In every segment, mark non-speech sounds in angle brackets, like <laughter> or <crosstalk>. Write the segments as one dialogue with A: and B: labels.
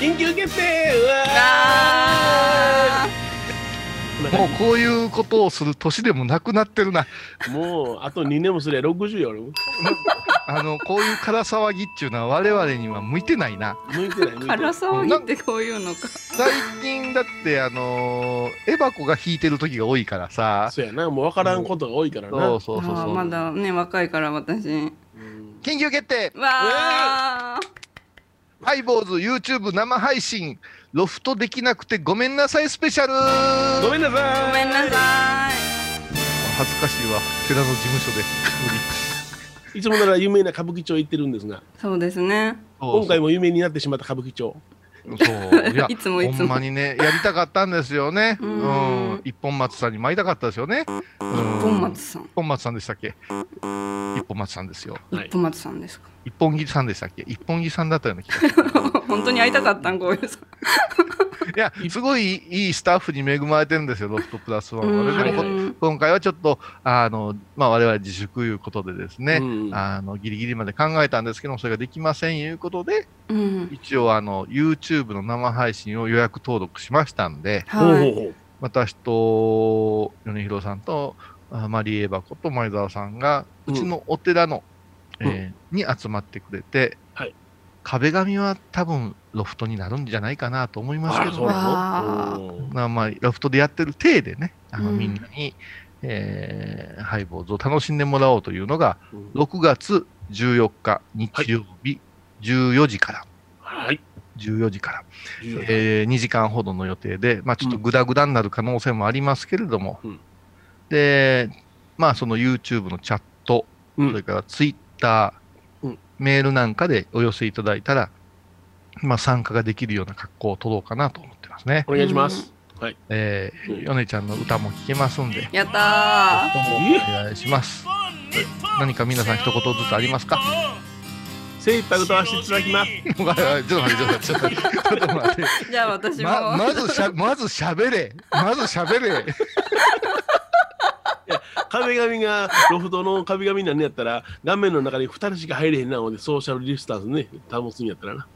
A: 緊急決定うわ
B: あ
A: ー
C: もうこういうことをする年でもなくなってるな。 <laughs>
A: もうあと2年もすりゃ60よ向
C: あの、こういう空騒ぎっていうのは我々には向いてないな。
A: いてない向いて
B: ー
A: ない
B: 空騒ぎってこういうのか
C: 最近だって、あのーエバコが弾いてる時が多いからさ。
A: そうやなもう分からんことが多いからな
C: そうそうそう
B: あ
C: そ
B: ー
C: う。
B: まだね若いから私
A: うん
C: 緊急決定
B: わあ
C: ハイボーズ YouTube 生配信ロフトできなくてごめんなさいスペシャル
A: ごめんなさい
B: ごめんなさ
C: 恥ずかしいわ寺の事務所で
A: いつもなら有名な歌舞伎町行ってるんですが
B: いそうですね
A: 今回も有名になってしまった歌舞伎町
C: そういや
B: いつもいつも
C: ほんまにねやりたかったんですよね
B: う
C: うんん一本松さんに参りたかったですよねうん
B: 一本松さん
C: 一本松さんでしたっけ一本松さんですよ
A: はい
B: 一本松さんですか <laughs>
C: 一本木さんでしたっけ一本木さんだったような気がする
B: 本当に会いたかったんこういうさん
C: いやすごいいいスタッフに恵まれてるんですよロフトプラスワンは
B: うん
C: ねでもこ今回はちょっとあの、まあ、我々自粛いうことでですね、
A: うん
C: あのギリギリまで考えたんですけどもそれができませんいうことで
B: うん
C: 一応あの YouTube の生配信を予約登録しましたんで
A: ほう
B: は
A: ほう
B: い
A: ほう
C: 私と米広さんとあマリーエバコと前澤さんが
A: う
C: うんちのお寺の、えーに集まってくれて、
A: はい
C: 壁紙は多分ロフトになるんじゃないかなと思いま
A: あ
C: すけ
A: ら
C: ど
A: そうなのうん
C: まあまあ、ロフトでやってる体でね、あの
B: うん
C: みんなに、えーハイボーズを楽しんでもらおうというのが、
A: うん
C: 6月14日日曜日、14時から、
A: はい
C: 14時から、え2時間ほどの予定で、まあ、ちょっとグダグダになる可能性もありますけれども、
A: うん
C: で、まあ、その YouTube のチャット、
A: うん
C: それから Twitter、
A: うん
C: メールなんかでお寄せいただいたら、まあ、参加ができるような格好を取ろうかなと思ってますね。
A: お願いします
C: えー
A: うん
C: ヨネちゃんの歌も聴けますんで、 <laughs>
B: やった
C: どうもお願いします。何か皆さん一言ずつありますか
A: 精一杯歌わせていただきます
C: <laughs> ちょっと待って、ちょっと待って、ちょっと待ってちょっと待って。
B: ーじゃあ私も
C: ままずしゃ、まず喋れ。まず喋れ。
A: 壁紙がロフトの壁紙なんやったら画面の中に2人しか入れへんなのでソーシャルディスタンスね保つんやったらな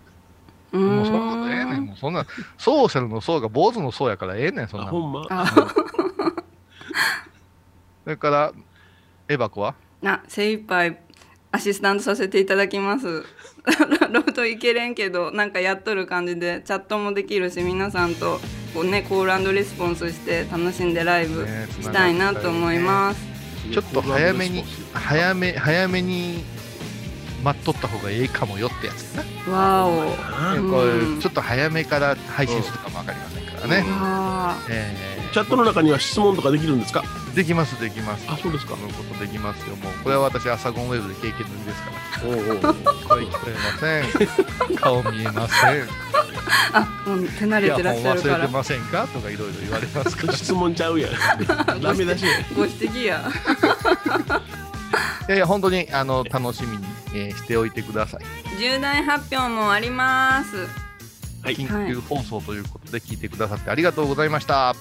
B: うー
C: もうそんなことええねん。もうそんな、ソーシャルの層が坊主の層やからええねん、そん
A: あ
C: な
A: ほ
C: の。
A: んま
B: あ
C: それから、エバコは
B: な精一杯アシスタントさせていただきます <laughs> ロフト行けれんけどなんかやっとる感じでチャットもできるし皆さんとこうねコールレスポンスして楽しんでライブ
C: ね
B: したいなと思います、
C: ちょっと早めに、早め、早めに待っとった方がええかもよってやつやな。
B: わお
A: あ
B: ん
C: これちょっと早めから配信するかもわかりませんからね。
B: あ
C: えー
A: チャットの中には質問とかできるんですか
C: できますできます
A: あそうですか
C: そのことできますよもうこれは私朝ゴンウェブで経験済みです
A: おうおう
C: <laughs> から声聞こえません顔見えません
B: あもう手慣
C: イ
B: れ
C: ヤホ
B: て
C: ン
B: らっしゃるか
C: 忘れ
B: ら
C: てませんかとかいろいろ言われ <laughs> ますからい
A: 質問ちゃうやんダメだしや
B: ご指摘や
C: やいや本当にあの楽しみに、えーしておいてください
B: 重大発表もあります
A: はい
C: 緊急放送ということで聞いてくださってありがとうございました、